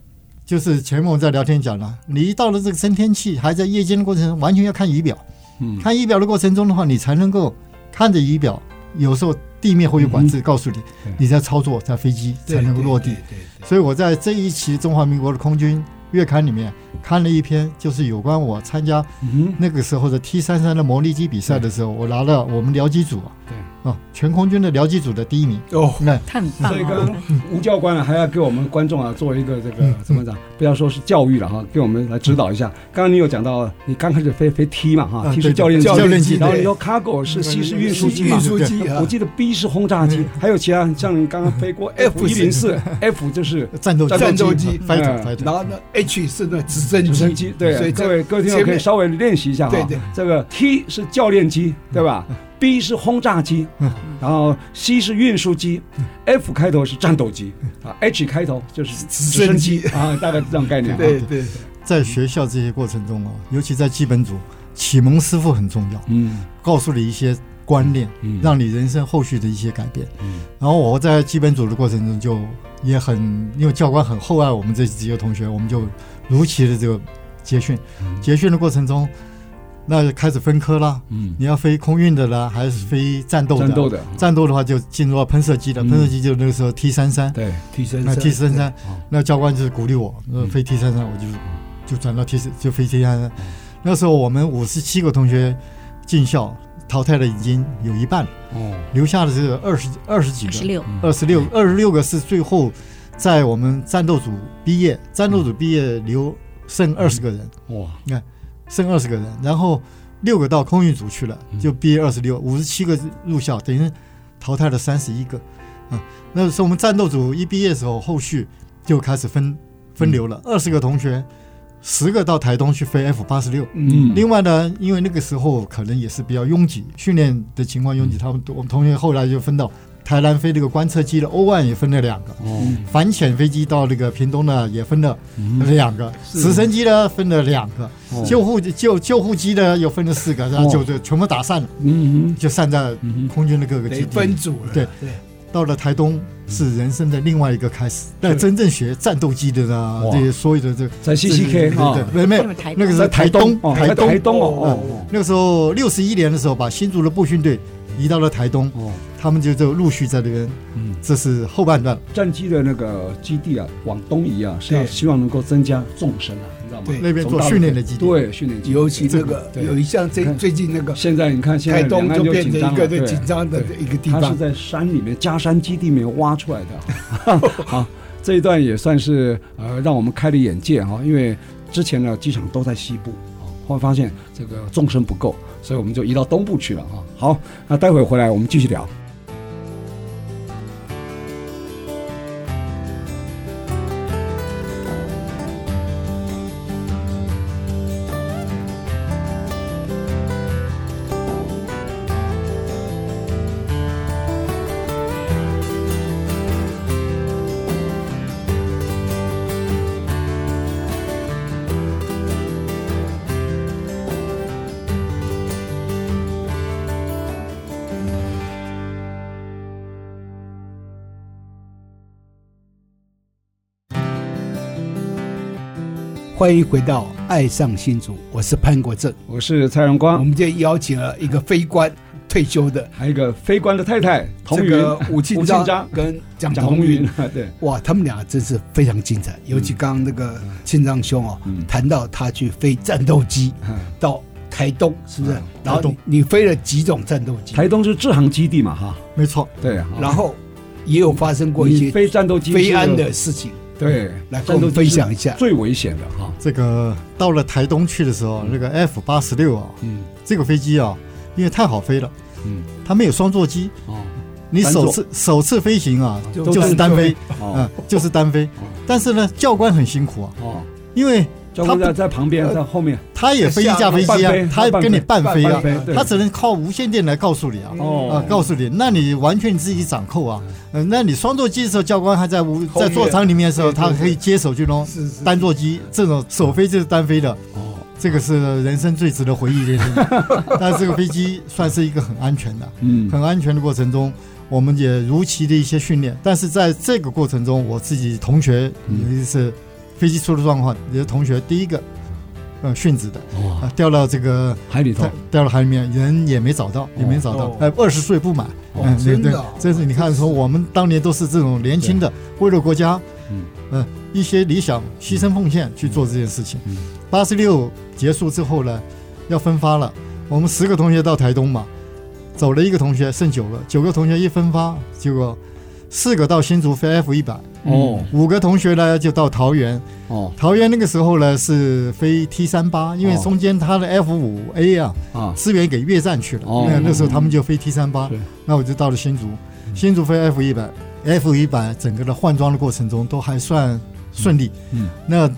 就是前面我们在聊天讲了，你一到了这个升天器，还在夜间的过程中，完全要看仪表。
嗯
看仪表的过程中的话，你才能够看着仪表，有时候地面会有管制告诉你
对，
你在操作在飞机才能够落地。
对
所以我在这一期《中华民国的空军月刊》里面看了一篇，就是有关我参加
嗯
那个时候的 T 三三的模拟机比赛的时候，我拿了我们僚机组啊，
对
啊，全空军的僚机组的第一名。
哦，
那
他很棒
所以刚
哦
刚。吴教官啊，还要给我们观众啊做一个这个怎么讲？不要说是教育了哈，给我们来指导一下。刚刚你有讲到，你刚开始飞飞 T 嘛哈
啊
，T
对
是教练
教
教
练
机，
机
然后
对
你说 cargo 是 C 是运输机嘛
运。输机啊
我，记得 B 是轰炸机，还有其他像你刚刚飞过 F 一零四，F 就是
战斗
战
斗机
嗯
fighter fighter，
然后呢，H 是那直升
直升
机，
机，
啊
对啊
所以，这
各位各位听
前
众
面
可以稍微练习一下
对
哈。
对，
这个 T 是教练机，对吧？B 是轰炸机
嗯，
然后 C 是运输机，F 开头是战斗机啊，H 开头就是直升机啊，大概这种概念。
对对，
在学校这些过程中啊，尤其在基本组，启蒙师傅很重要，
嗯，
告诉你一些观念，
嗯
让你人生后续的一些改变。
嗯
然后我在基本组的过程中就也很，因为教官很厚爱我们这几个同学，我们就如期的这个结训。结训的过程中，那就开始分科啦，
嗯，
你要飞空运的啦，还是飞战斗的？
战斗的，
战斗的话就进入到喷射机了，
嗯
喷射机就那个时候 T 三三，
对，
提升
那 T 三三
哦，
那教官就是鼓励我，呃
嗯
飞 T 三三，我就就转到 T 就飞 T 三三。那时候我们五十七个同学进校，淘汰的已经有一半了，
哦，
留下的是二十二十几
十
个，
六，
二十六二十六个是最后在我们战斗组毕业，战斗组毕业留剩二十个人，
哇，
剩二十个人，然后六个到空运组去了，就毕业二十六，五十七个入校，等于淘汰了三十一个。啊，那是我们战斗组一毕业的时候，后续就开始分分流了，二十、个同学，十个到台东去飞 F 八十六。
嗯，
另外呢，因为那个时候可能也是比较拥挤，训练的情况拥
嗯
挤，他们我们同学后来就分到台南飞这个观测机的 O one 也分了两个，
哦，
反潜飞机到那个屏东呢也分了
嗯
两个，直升机呢分了两个，
哦
救护救救护机呢又分了四个，然后就就全部打散了，
嗯
就散在
嗯
空军的各个基
得
地。
分组了，
对到了台东是人生的另外一个开始，那真正学战斗机的呢，
哇
这些所有的这个
在 CCK
对对
啊
对，没有
那么台
那个
在
是
台
台
东
东，
哦
台
台
东
东哦哦
哦那个时候六十一年的时候，把新竹的步训队移到了台东，
哦，
他们就就陆续在那边，
嗯，
这是后半段。
战机的那个基地啊，往东移啊，是要
对
希望能够增加纵深啊，你知道吗？
对
那边
从
做
大陆
训练的基地，
对训练基地，
尤其这个
对
有一项最
看
最近那个
现在你看，现在
台东
两岸
就
就
变
紧
成
张
一
了
个最紧张的
对
一个地
它是
方，
在山里面加山基地里面挖出来的。 好，这一段也算是呃让我们开了眼界哈，因为之前呢机场都在西部，啊后来发现这个纵深不够，所以我们就移到东部去了哈。好，那待会儿回来我们继续聊。
欢迎回到《爱上新竹》，我是潘国正。
我是蔡荣
我
光，
们今天邀请了一个非官退休的
还有一个飞官的太太童
这
云，
个吴 庆
吴庆
章
章
跟蒋
蒋
同
红云
云，，
对，
哇，他们俩真是非常精彩。尤其刚刚那个庆章兄哦
嗯，
谈到他去飞战斗机
嗯
到台东，是不是
嗯？
然后
台东
你你飞了几种战斗机，
台东是制航基地嘛哈，
没错。
对啊。
然后也有发生过一
你
些
飞战斗机
飞安
是
的事情，
对，
来跟
战
我
斗
们
机
分
是
享一下。
最危险的哈，
这个到了台东去的时候，那个 F 八十六啊，
嗯
这个飞机啊，因为太好飞了，
嗯
它没有双座机，
哦
你
单座
首次首次飞行啊，
就
就是单飞，嗯
哦，
就是单飞。但是呢，教官很辛苦啊，
哦，
因为
教官
他
在在旁边，
呃
在后面
他也飞一架飞机
半
啊
飞，
他
半飞
跟你半飞
半
啊，
飞，对
他只能靠无线电来告诉你啊。啊、
哦，
告诉你，那你完全你自己掌控啊。嗯、那你双座机的时候，教官还在无
后面
在座舱里面的时候，
对对
他
对
可以接手去弄
是是
单座机，这种首飞就是单飞的。
哦，
这个是人生最值得回忆的事情。但是这个飞机算是一个很安全的，
嗯，
很安全的过程中，我们也如期的一些训练。但是在这个过程中，我自己同学
嗯
有一次飞机出了状况，有的同学第一个呃殉职的，
哇，
啊，掉到这个
哦海里头
掉掉到海里面，人也没找到，也没找到
哦，
呃，二十岁不满，
哦
嗯，对
真的
对
哦，
真是你看说我们当年都是这种年轻的，为了国家，
嗯
呃，一些理想牺牲奉献去做这件事情
嗯。
八十六结束之后呢，要分发了，我们十个同学到台东嘛，走了一个同学剩九个，九个同学一分发，结果四个到新竹飞 F 一百，
哦
五个同学呢就到桃园，
哦
桃园那个时候呢是飞 T 三八，因为中间他的 F 五 A 啊
啊
资源给越战去了，
哦
那那时候他们就飞 T 三八
是，嗯
那我就到了新竹，新竹飞 F 一百，F 一百整个的换装的过程中都还算顺利。
嗯嗯
那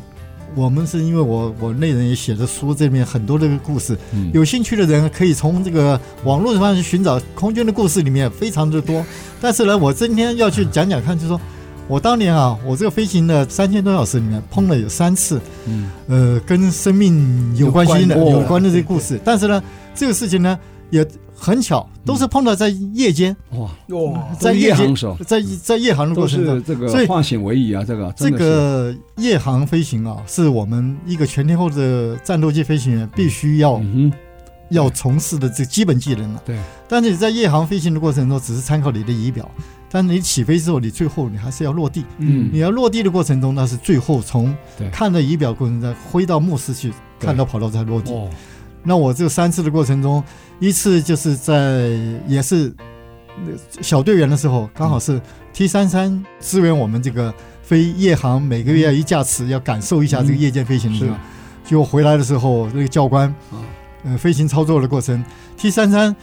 我们是因为我我内人也写的书，这里面很多这个故事，
嗯
有兴趣的人可以从这个网络上去寻找空军的故事，里面非常的多。但是呢，我今天要去讲讲看，就是说我当年啊，我这个飞行的三千多小时里面碰了有三次，
嗯
呃，跟生命有关系的、
有关
有
哦
关的这个故事。但是呢，这个事情呢也很巧，
嗯
都是碰到在夜间，
哇，
哇，
在
在
夜
夜
间
航手
在在夜航的
哦都
过程
是
中。
这
所
个
以
化险为夷啊，这个
这
真的是
个夜航飞行啊，是我们一个全天候的战斗机飞行员必须要
嗯哼
要从事的这基本技能了。啊
对，
但是你在夜航飞行的过程中，只是参考你的仪表，但是你起飞之后，你最后你还是要落地。
嗯
你要落地的过程中，那是最后从
对
看着仪表过程中挥到目视去，
对
看到跑道才落地。
哦
那我这三次的过程中，一次就是在也是呃小队员的时候，刚好是 T 三三支援我们这个飞夜航，每个月一架次要感受一下这个夜间飞行的地方
嗯是。
结果回来的时候，那个教官
啊，
呃，飞行操作的过程，T 三三，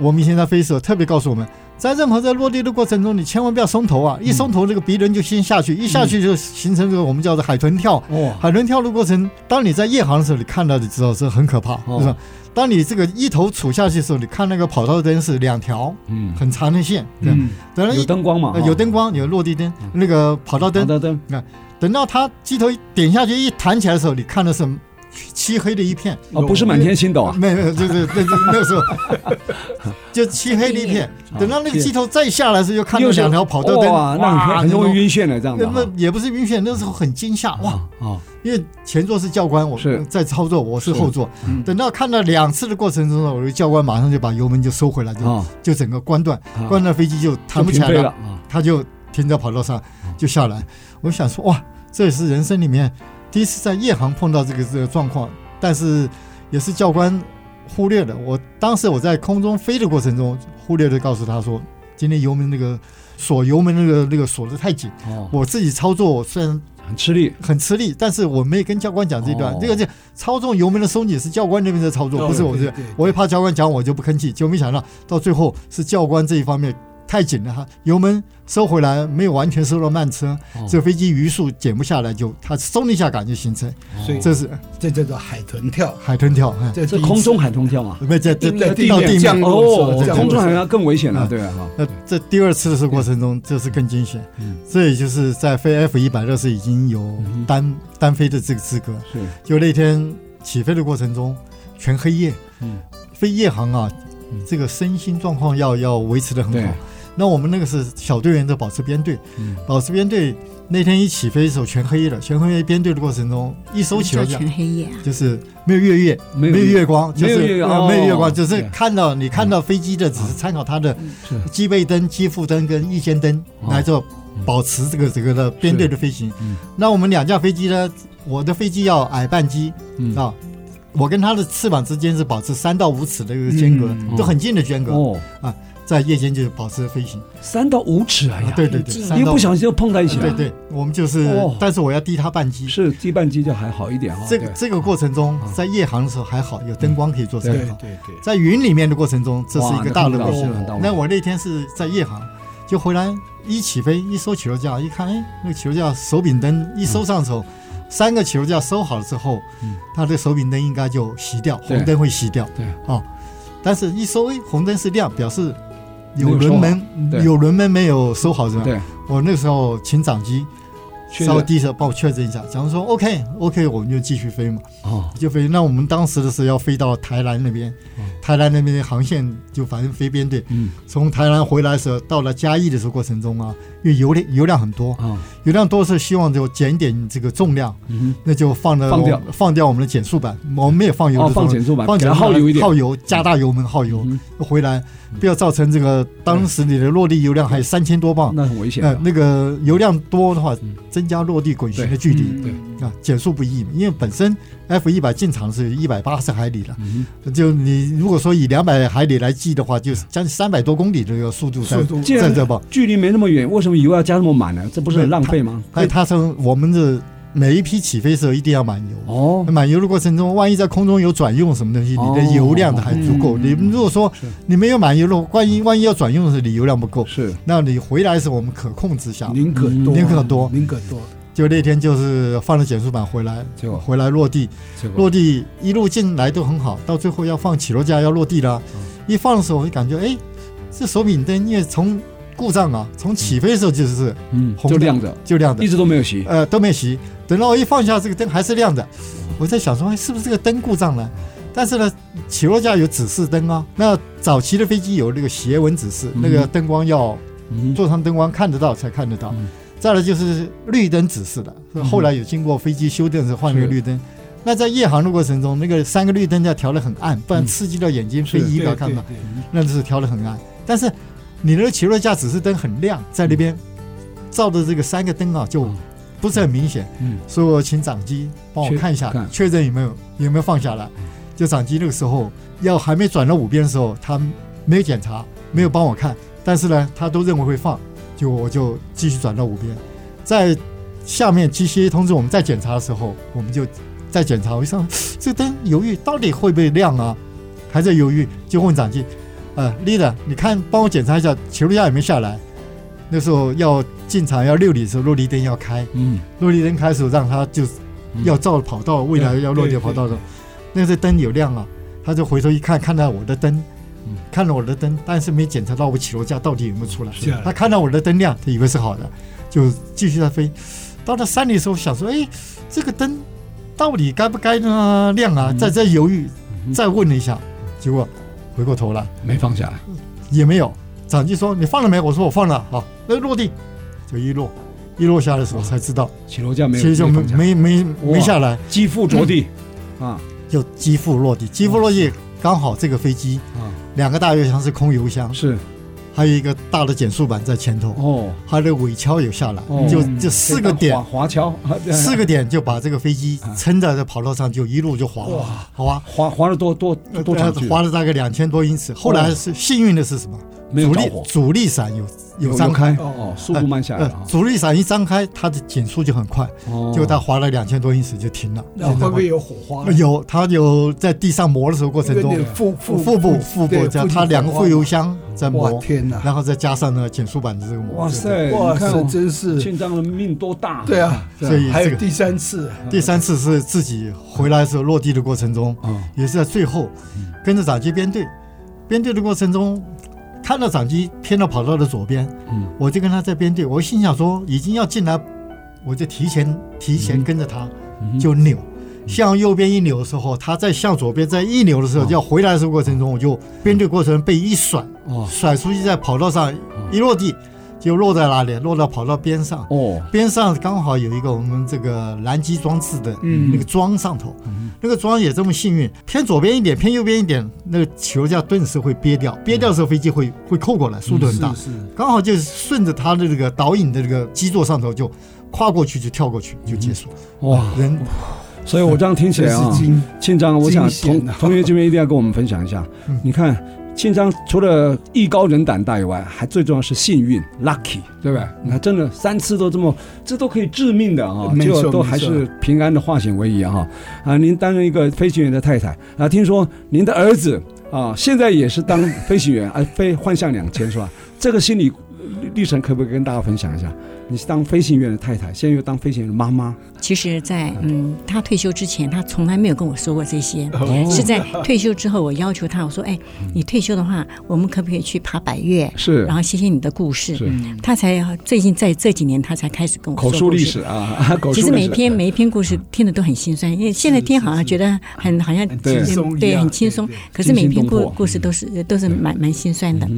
我们以前在飞的时候特别告诉我们，在任何在落地的过程中，你千万不要松头啊！一松
嗯
头，这个鼻轮就先下去，一下去就形成这个我们叫做海豚跳。
哇
海豚跳的过程，当你在夜航的时候，你看到你知道这很可怕，
哦
是吧？当你这个一头杵下去的时候，你看那个跑道灯是两条
嗯
很长的线，对吧
嗯
等到
有
一
灯光嘛哦
呃有灯光，有落地灯
嗯，
那个跑道
光
灯，
灯灯
等到它机头一点下去一弹起来的时候，你看的是漆黑的 一片，
哦不是满天星斗啊
没有，就是那那那时候 就漆黑的一片。等到那个机头再下来的时候，又看
哦
到
又是
两条跑道灯，
哇那很容易晕眩的这样的
那
哈
也不是晕眩，那时候很惊吓哇！
啊啊
因为前座是教官，我
是
在操作，我是
是
后座。
嗯
等到看到两次的过程中呢，我的教官马上就把油门就收回来，就、
啊
就整个关断，
啊
关断飞机就弹
就
不起
停
来
飞
了，
了啊
他就停在跑道上就下来。我想说，哇，这也是人生里面第一次在夜航碰到这个这个状况，但是也是教官忽略了。我当时我在空中飞的过程中，忽略的告诉他说，今天油门那个锁油门那个那个锁的太紧，
哦
我自己操作我虽然
很吃力
很吃力，但是我没跟教官讲这一段
哦。
这个这操纵油门的松紧是教官那边在操作，
对
不是我
对
这
对对，
我也怕教官讲我就不吭气，结果没想到到最后是教官这一方面太紧了哈，油门收回来没有完全收到慢车
哦，
这飞机余速减不下来，就它松了一下感就形成，
嗯
所以
这是
这叫做海豚跳，
海豚跳，哎，
这
这空中海通跳嘛
不这这
在
到地面
降落的时候
哦
降落的时候
空中海通跳更危险
嗯
了对啊哈
那这第二次的时候过程中，这是更惊险
嗯。
这也就是在飞 F 一百二是已经有
嗯哼
单单飞的这个资格。
是
就那天起飞的过程中，全黑夜，
嗯
飞夜航啊
嗯，
这个身心状况要要维持的很
对
好。那我们那个是小队员的保持编队，
嗯
保持编队那天一起飞的时候全黑夜了，全黑夜编队的过程中，一收起来
叫全黑夜啊，
就是没有月夜，
没有
有月光，就
没有
是
月
呃
光
没有月
哦
光，只是
对嗯
看到你看到飞机的，只是参考它的嗯
是
机背灯、机腹灯跟翼尖灯
哦
来做保持这个这个的编队的飞行
嗯。
那我们两架飞机呢，我的飞机要矮半机
嗯
啊。我跟它的翅膀之间是保持三到五尺的一个间隔
嗯，
都很近的间隔，
哦
在夜间就保持飞行。
三到五尺哎
啊
呀，
对对
很
对，
近
三
一
到
不小心就碰在一起
对
了
对，我们就是
啊哦，
但是我要低它半机。
是低半机就还好一点哈啊
这个
对
这个过程中
啊，
在夜航的时候还好，有灯光可以做参
对
考。
对对，
在云里面的过程中，这是一个大的危险
哇那很大。
那我那天是在夜航，就回来一起飞，一收起落架，一看，哎，那个起落架手柄灯一收上手，三个起落架收好了之后
嗯，
它的手柄灯应该就熄掉，
对
红灯会熄掉。
对
哦，但是一收，哎，红灯是亮，表示有
没有收
轮
好
门，
对
有轮门没有收好是吧？
对
我那时候请长机，
确
稍微
认
低一下，帮我确认一下。假如说 OK OK，我们就继续飞嘛，
哦，
就飞。那我们当时的是要飞到台南那边，台南那边的航线就反正飞编队。
嗯，
从台南回来的时候，到了嘉义的时候过程中啊，因为油量油量很多，
哦，
油量多是希望就减点这个重量，
嗯
那就放了
放掉
放掉我们的减速板，我们也放油
哦
的时候、
放减速板
放减速
给它耗油一点
耗油加大油门耗油、
嗯
回来，不要造成这个当时你的落地油量还有三千多
哼嗯
磅。
那很危险啊
呃
的，，
那个油量多的话
嗯，
增加落地滚旋的距离、
对
啊，减速不易，因为本身 F 一百进场是一百八十海里了，
嗯
就你如果说以两百海里来计的话，就是将近三百多公里的这个速度在
速度
既然
在这吧。
距离没那么远，为什么油要加那么满呢？这不是很浪费吗？
还有哎它是我们的每一批起飞时候一定要满油。
哦，
满油的过程中，万一在空中有转用什么东西，
哦
你的油量的还足够。
嗯
你如果说
是
你没有满油了，万一万一要转用的时候，你油量不够，
是
那你回来的时候我们可控之下，
宁可多，
嗯宁可多
宁可多。
就那天就是放了减速板回来，
结果
回来落地，
结果
落地一路进来都很好，到最后要放起落架要落地了，
嗯
一放的时候我就感觉哎，这手柄灯因为从故障啊，从起飞的时候就是
嗯
红
就
的
亮着，
就亮的
一，直都没有熄。
呃都没熄。等到我一放下这个灯还是亮的，
嗯
我在想说，哎，是不是这个灯故障了？但是呢，起落架有指示灯啊。那早期的飞机有那个斜纹指示，
嗯
那个灯光要
嗯
座舱灯光看得到才看得到
嗯。
再来就是绿灯指示的，后来有经过飞机修正时候换了个
是
绿灯。那在夜航的过程中，那个三个绿灯要调得很暗，不然
嗯
刺激到眼睛，飞
是
机要
对
看到。
对对
那就是调得很暗。但是你那个起落架指示灯很亮，在那边照的这个三个灯啊，就
嗯
不是很明显。
嗯
所以我请掌机帮我
确
看一下
看，嗯
确认有没有有没有放下来。就掌机那个时候要还没转到五边的时候，他没有检查，没有帮我看，但是呢，他都认为会放，就我就继续转到五边，在下面机械通知我们再检查的时候，我们就再检查，我一上 这灯犹豫到底会不会亮啊，还在犹豫，就问掌机，呃，leader，你看帮我检查一下起落架有没有下来。那时候要进场要六里的时候，落地灯要开，
嗯，
落地灯开始让它就
嗯
要照跑道，未来
嗯对
要落地跑道的，那这灯有亮啊，他就回头一看，看到我的灯
嗯，
看了我的灯，但是没检查到我起落架到底有没有出来
是。啊
他看到我的灯亮，他以为是好的，就继续在飞。到了山里的时候，想说，哎，这个灯到底该不该呢亮啊？再再犹豫，
嗯
再问了一下，结果回过头来。
没放下来，
也没有。长机说：“你放了没？”我说：“我放了。”好，那落地就一落，一落下来的时候才知道，
起落架没
其
有，
实就
没放下
没没没
哇
没下来，
机腹着地啊
就机腹落地。机腹落地刚好这个飞机
啊，
两个大油箱是空油箱，
是
还有一个大的减速板在前头，
嗯哦，
它的尾橇有下来
哦，
就就四个点
滑，滑桥，啊 对
四个点就把这个飞机
啊
撑在这跑道上，就一路就滑了，好吧。
滑滑了多多多
呃
长距离？
滑了大概两千多英尺，后来是幸运的是什么？
没有
主
着
力
火，
主力伞有有张开
开，哦哦，速度慢下来了
呃
啊，
主力伞一张开，它的减速就很快，
哦
呃就它滑了两千多英尺就停了。
那会不会有火花呢？
有它有在地上磨的时候过程
哦有
中
点，腹
腹腹部腹部
对
这
腹
样，
肌
它两个
火花
副油箱在
哇
磨，
天哪！
然后再加上呢减速板的这个磨。
哇
对！
塞，
哇
你看
塞，
哦
真是
宪章的命多大？
对啊，
所以
还有
这个
第三次，
第三次是自己回来的时候落地的过程中，
啊，
也是在最后跟着掌机编队，编队的过程中。看到掌机偏到跑道的左边，
嗯
我就跟他在编队。我心想说，已经要进来，我就提前提前
嗯
跟着他。
嗯
就扭，向右边一扭的时候，它再向左边再一扭的时候，
哦
要回来的时候过程中，我就编队过程被一甩，
哦
甩出去在跑道上一落地，就落在哪里？落到跑道边上，
哦，
边上刚好有一个我们这个拦击装置的
嗯
那个桩上头
嗯，
那个桩也这么幸运，偏左边一点，偏右边一点，那个起落架顿时会憋掉，憋掉的时候飞机会会扣过来，速度很大，
嗯是
刚好就是顺着它的这个导引的这个基座上头就跨过去就跳过去就结束，
哇！
嗯
人
所以我这样听起
真
来啊
是，惊
庆章，我想
惊险
同
啊
同学这边一定要跟我们分享一下
嗯。
你看，庆章除了艺高人胆大以外，还最重要是幸运 （lucky），对不对？你看，真的三次都这么，这都可以致命的啊，
嗯没
结
错
果都
没错
还是平安的化险为夷啊！哈啊，您担任一个飞行员的太太啊，听说您的儿子啊，现在也是当 飞行员，啊，飞幻象两千是吧？这个心理历程可不可以跟大家分享一下？你是当飞行员的太太，现在又当飞行员的妈妈，
其实在，嗯，他退休之前，他从来没有跟我说过这些，是在退休之后，我要求他，我说，哎，你退休的话，我们可不可以去爬百越？
是
然后嗯写写你的故事。
是
他才最近在这几年，他才开始跟我说
口述
故
历史
事
啊， 口述历史。
其实每一篇每一篇故事听的都很心酸，因为现在听好像觉得很好像
对
嗯
轻松一
对
样
很轻松
对对，
可是每一篇
惊心
故
动魄
故事都是都是蛮蛮心酸
嗯
的。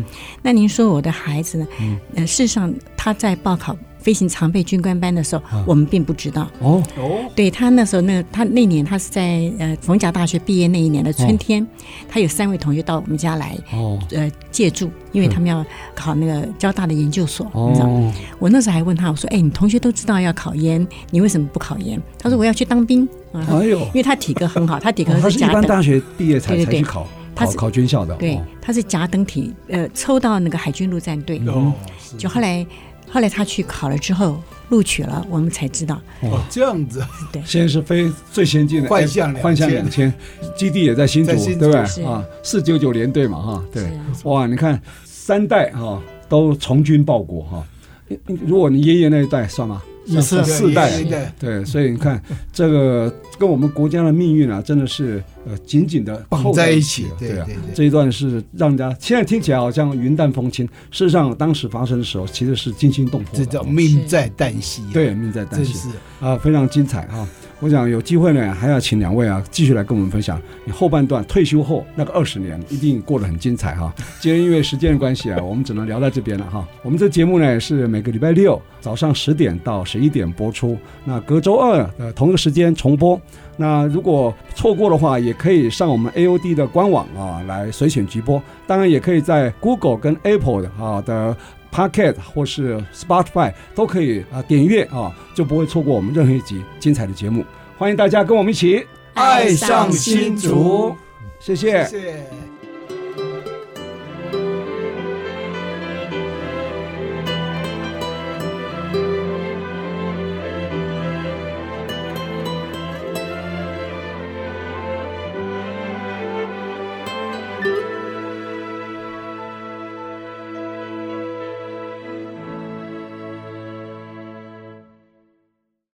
那您说我的孩子呢？呃，事实上他在报考飞行常备军官班的时候，
嗯
我们并不知道。
哦，
哦，
对他那时候那他那年他是在呃逢甲大学毕业那一年的
哦
春天，他有三位同学到我们家来
哦
呃借住，因为
嗯
他们要考那个交大的研究所。你知道吗
哦，
我那时候还问他，我说：“哎，你同学都知道要考研，你为什么不考研？”他说：“我要去当兵。”啊，
哎呦，
因为他体格很好，他体格
哦他是一
甲
般
等，
大学毕业才
对对
才
对
去考
他
考
是
考军校的，
对
哦，
他是甲等体，呃，抽到那个海军陆战队，
哦，
就后来后来他去考了之后录取了，我们才知道。
哦这样 子，
现在是飞最先进的
幻象
哎幻象两
2000
千，基地也在新竹，
在新竹
对不
是
对啊？四九九联队嘛，哈，对
是，啊
哇，你看三代哈、都从军报国哈、你你如果你爷爷那一代算吗？
也是啊
算四代
对，对对
对，所以你看，这个跟我们国家的命运啊，真的是呃紧紧的
绑在一起，对
对啊
对。对，
这一段是让人家现在听起来好像云淡风轻，事实上当时发生的时候，其实是惊心动魄
这
的。嗯
叫命在旦夕啊，
对，命在旦
真
夕
是
啊，非常精彩啊！我想有机会呢，还要请两位啊继续来跟我们分享你后半段退休后那个二十年一定过得很精彩哈、今天因为时间的关系啊，我们只能聊到这边了哈、我们这节目呢是每个礼拜六早上十点到十一点播出，那隔周二呃同一个时间重播。那如果错过的话，也可以上我们 AOD 的官网啊来随选直播，当然也可以在 Google 跟 Apple 的啊的 Pocket 或是啊 Spotify 都可以啊点阅啊，就不会错过我们任何一集精彩的节目。欢迎大家跟我们一起
爱
上
新
新
竹
竹，
谢谢
谢谢。